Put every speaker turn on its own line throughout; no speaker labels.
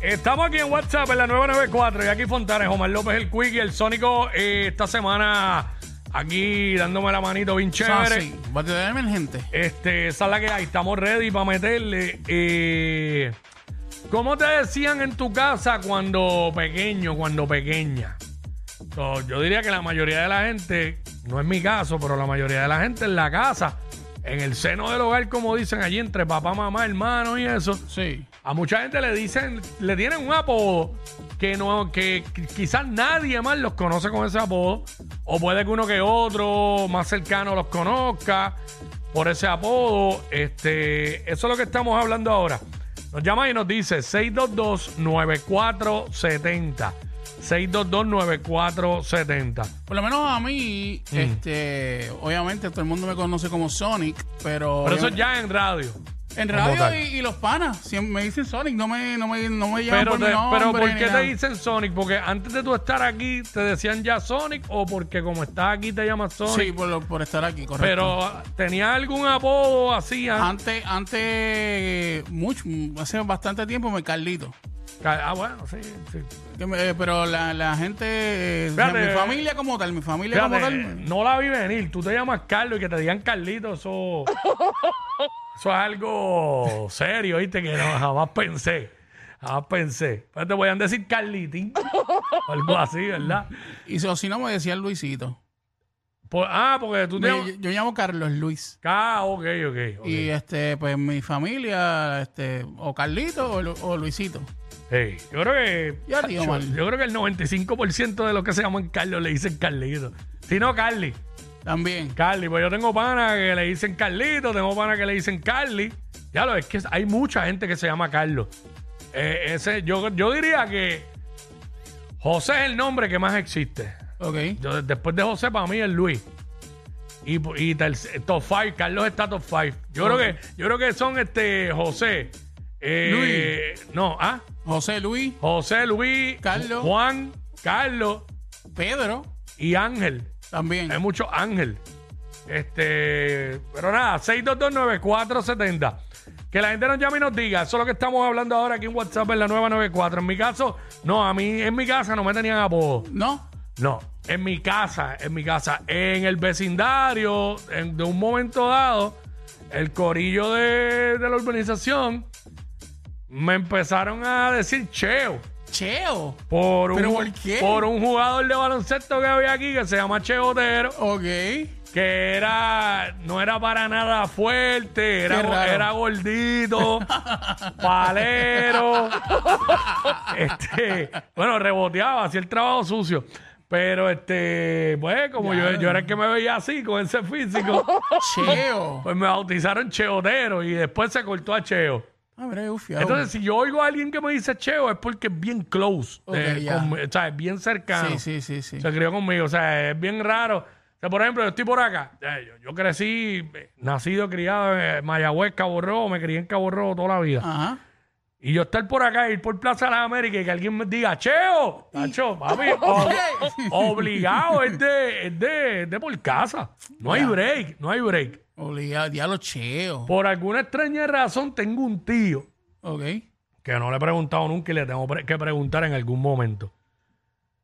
Estamos aquí en WhatsApp en la 994 y aquí Fontanes, Omar López, el Quick y el Sónico eh, esta semana aquí dándome la manito bien chévere.
Sassi, batidora emergente.
Este, esa es la que hay, estamos ready para meterle. Eh, ¿Cómo te decían en tu casa cuando pequeño, cuando pequeña? So, yo diría que la mayoría de la gente, no es mi caso, pero la mayoría de la gente en la casa, en el seno del hogar, como dicen allí, entre papá, mamá, hermano y eso,
Sí.
a mucha gente le dicen, le tienen un apodo que no, que qui- quizás nadie más los conoce con ese apodo, o puede que uno que otro más cercano los conozca por ese apodo. Este, eso es lo que estamos hablando ahora. Nos llama y nos dice 622-9470. 622-9470.
Por lo menos a mí,
Mm.
este, obviamente todo el mundo me conoce como Sonic, pero.
Pero eso ya en radio.
En
tal.
radio y, y los panas. siempre me dicen Sonic, no me, no me, no me llaman
Pero,
por mi
te-
nombre.
pero ¿por
ni
qué
nada.
te dicen Sonic? Porque antes de tú estar aquí te decían ya Sonic o porque como estás aquí te llamas Sonic.
Sí, por, lo- por estar aquí, correcto.
pero tenía algún apodo así. an-
Antes, antes, mucho, hace bastante tiempo me Carlito.
Ah, bueno, sí, sí.
Que me- eh, pero la, la gente, eh, o sea,
Fíjate.
mi familia como tal, mi familia
Fíjate,
como tal.
no la vi venir. Tú te llamas Carlos y que te digan Carlito, eso, eso es algo serio, ¿viste? Que no, jamás pensé. Jamás pensé. Pero te voy a decir Carlitín. o algo así, ¿verdad?
Y si, o si no me decía Luisito.
Por- ah, porque tú te
Me- yo,
llamas.
yo me llamo Carlos Luis.
Ah, ok, ok. ok.
Y este, pues mi familia, este, o Carlito o, Lu- o Luisito.
Sí, yo creo que.
Ya, tío,
Yo-
mal.
yo creo que el 95% de los que se llaman Carlos le dicen Carlito. Si no, Carly.
También.
Carly, pues yo tengo pana que le dicen Carlito, tengo pana que le dicen Carly. Ya lo es que hay mucha gente que se llama Carlos. Eh, ese, yo, yo diría que José es el nombre que más existe.
Ok.
Yo, de- después de José, para mí es Luis. Y, po- y terc- top 5, Carlos está top 5. Yo, creo que, yo creo que son este José. eh, No, ah.
José Luis,
José, Luis,
Carlos.
Juan, Carlos
Pedro,
y Ángel.
también.
Hay muchos Ángel. Este, pero nada, 6229470. Que la gente nos llame y nos diga. Eso es lo que estamos hablando ahora aquí en WhatsApp en la nueva 94. En mi caso, no, a mí, en mi casa no me tenían apodo.
No,
No, en mi casa, en mi casa, en el vecindario, en- de un momento dado, el corillo de, de la urbanización me empezaron a decir cheo.
Cheo.
Por un,
¿Pero por qué?
por un jugador de baloncesto que había aquí que se llama Che Otero,
Ok.
que era no era para nada fuerte,
Qué
era,
raro.
era gordito, palero, este, bueno, reboteaba, hacía el trabajo sucio. Pero este, pues como yo, yo era el que me veía así, con ese físico,
Cheo.
pues me bautizaron Che Otero y después se cortó a Cheo.
Ah, mira, yo fiado.
Entonces, si yo oigo a alguien que me dice Cheo, es porque es bien close,
Ok,
eh,
ya.
con- o sea, es bien cercano.
sí, sí, sí, sí.
Se crió conmigo, o sea, es bien raro. O sea, por ejemplo, yo estoy por acá. Eh, yo, yo crecí, eh, nacido, criado en eh, Mayagüez, Cabo Rojo, me crié en Cabo Rojo toda la vida.
Ajá.
Y yo estar por acá, ir por Plaza de las Américas y que alguien me diga, Cheo, Tacho, papi, ob- obligado, es de, es de, es de por casa. No hay break, no hay break.
Obligado, diablo, Cheo.
Por alguna extraña razón, tengo un tío
Ok.
que no le he preguntado nunca y le tengo pre- que preguntar en algún momento.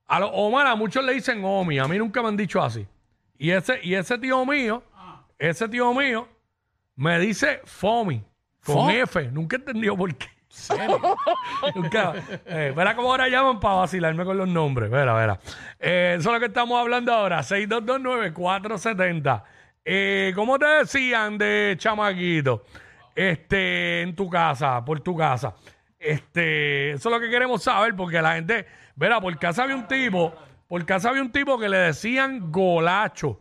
A los Omar, a muchos le dicen Omi, a mí nunca me han dicho así. Y ese, y ese tío mío, ese tío mío, me dice Fomi, con
Fo-
F, nunca he entendido por qué.
Serio.
Nunca, eh, verá cómo ahora llaman para vacilarme con los nombres. Verá, verá. Eh, eso es lo que estamos hablando ahora. 6229470. Eh, ¿Cómo te decían de chamaquito? Este, en tu casa, por tu casa. Este, eso es lo que queremos saber, porque la gente, verá, por casa había un tipo, por casa había un tipo que le decían golacho.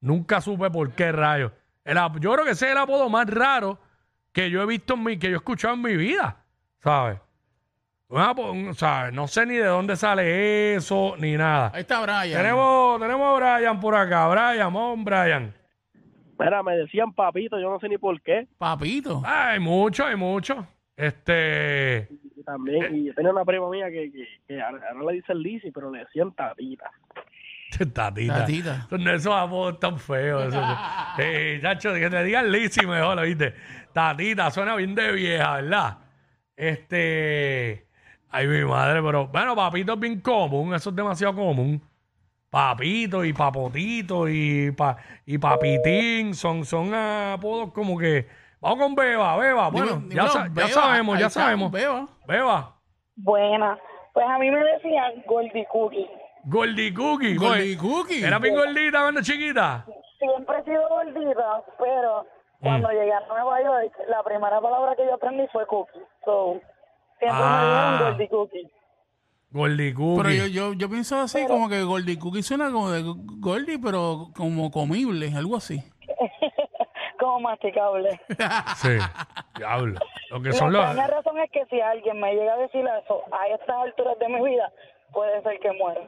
Nunca supe por qué rayos. El ap- yo creo que ese es el apodo más raro que yo he visto en mi, que yo he escuchado en mi vida, ¿sabes? Un apo- un- ¿sabes? No sé ni de dónde sale eso, ni nada.
Ahí está Brian.
Tenemos, tenemos a Brian por acá. Brian, vamos, Brian.
Mira, me decían papito, yo no sé ni por qué.
Papito.
Ah, hay mucho, hay mucho. Este,
Y también, y yo tenía una prima mía que, que, que ahora ahora le dicen Lizzy, pero le decían tatita.
tatita.
Tatita.
Son Esos apodos tan feos. Eso. Eh, chacho, que te digan Lizzy mejor, ¿viste? Tatita, suena bien de vieja, ¿verdad? Este. Ay, mi madre, pero bueno, papito es bien común, eso es demasiado común. Papito y papotito y, pa- y papitín son, son apodos como que. Vamos con Beba, Beba. Bueno,
Dime-
ya,
dímelo,
sa- ya
beba.
sabemos,
Ahí
ya
está,
sabemos.
Beba.
Beba,
Buena. Pues a mí me decían Goldie Cookie.
Gordy Cookie. boy.
Goldie Cookie.
pues, Era bien gordita cuando chiquita.
Siempre he sido gordita, pero cuando
Mm.
llegué a Nueva York, la primera palabra que yo aprendí fue cookie. So, siempre me
Ah.
dieron Goldie Cookie.
Gordy Cookie.
Pero yo, yo, yo pienso así, como que Goldie Cookie suena como de Goldie, pero como comible, algo así.
Como masticable.
Sí, diablo. Lo que
La
son los.
única razón es que si alguien me llega a decir eso a estas alturas de mi vida, puede ser que muera.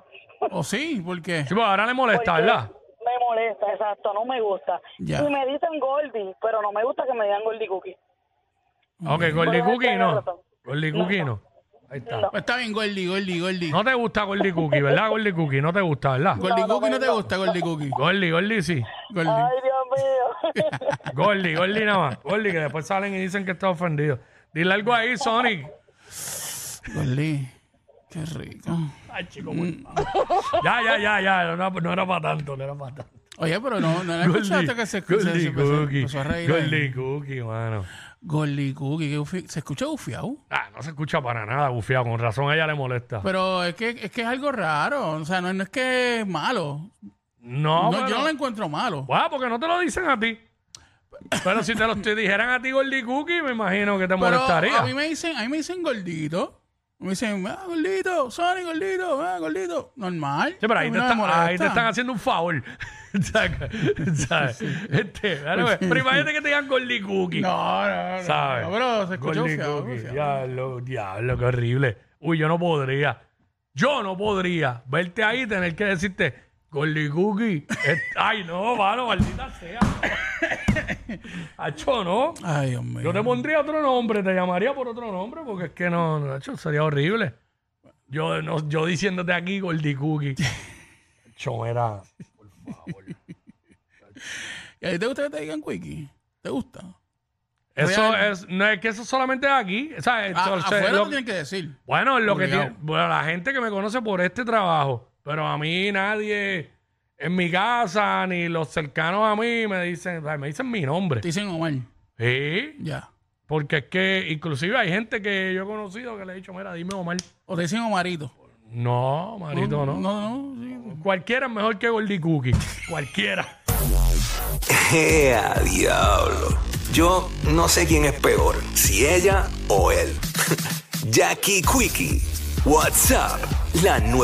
O sí, porque.
Sí, pues ahora le molesta, ¿verdad?
Me molesta, exacto, no me gusta.
Ya.
Y me dicen Goldie, pero no me gusta que me digan Goldie Cookie.
Ok, Gordy
Bueno,
Cookie
tiene
no.
razón.
Gordy Cookie no. Ahí está.
No.
Pues está bien, Goldie, Goldie, Goldie.
No te gusta Gordy Cookie, ¿verdad, Gordy Cookie? No te gusta, ¿verdad?
Goldie
No, no,
Cookie no te
no.
gusta, Goldie Cookie.
Gordy, Gordy sí.
Goldie.
Ay, Dios mío.
Gordy, Gordy nada más. Gordy, que después salen y dicen que está ofendido. Dile algo ahí, Sonic.
Goldie. Qué rico.
Mm. Ya, ya, ya, ya. No, no era para tanto, no era para tanto.
Oye, pero no, no la escuchaste que se, se- se-
Gordy
se- se
Cookie.
empezó a reír. ahí.
Gordy Cookie, mano.
Goldie Cookie, que ufi- se escucha bufiado.
Ah, no se escucha para nada, bufiado. Con razón a ella le molesta.
Pero es que, es que es algo raro. O sea, no, no es que es malo.
No,
No,
bueno.
yo no lo encuentro malo.
Bueno, porque no te lo dicen a ti. Pero si te lo te dijeran a ti, Gordy Cookie, me imagino que te
Pero
molestaría.
a mí me dicen, a mí me dicen gordito. Me dicen, ah, gordito, Sony, gordito, ah, gordito. Normal.
Sí, pero ahí, te,
A mí no me
están-
molesta.
ahí te están haciendo un favor. ¿Sabes? ¿Sabes? Este, claro, Pero imagínate que te digan Gordy Cookie.
No, no, no.
¿Sabes?
no, pero se escucha
Gordy
bufiado,
Cookie.
bufiado.
Diablo, diablo, qué horrible. Uy, yo no podría. Yo no podría verte ahí y tener que decirte Gordy Cookie. Es- Ay, no, mano, maldita sea. Hacho, no.
Ay, Dios mío.
Yo te pondría otro nombre, te llamaría por otro nombre, porque es que no, no, hecho, sería horrible. Yo, no, yo diciéndote aquí Gordy Cookie. Chomera, por favor.
¿Y a ti te gusta que te digan quickie? ¿Te gusta?
Eso
Real.
es, no es que eso solamente es aquí. o sea,
A-
esto- o sea,
Ah, afuera
lo-
lo tienen que decir.
bueno, es lo que
Obligado.
tiene, bueno, la gente que me conoce por este trabajo, pero a mí nadie en mi casa ni los cercanos a mí me dicen, ay, me dicen mi nombre.
Te dicen Omar.
Sí,
Ya.
porque es que inclusive hay gente que yo he conocido que le he dicho, mira, dime Omar.
O te dicen Omarito.
No, marito, no.
No, no, sí.
Cualquiera es mejor que Gordy Cookie. Cualquiera.
¡Ea, diablo! Yo no sé quién es peor, si ella o él. Jackie Quickie, WhatsApp, la nueva.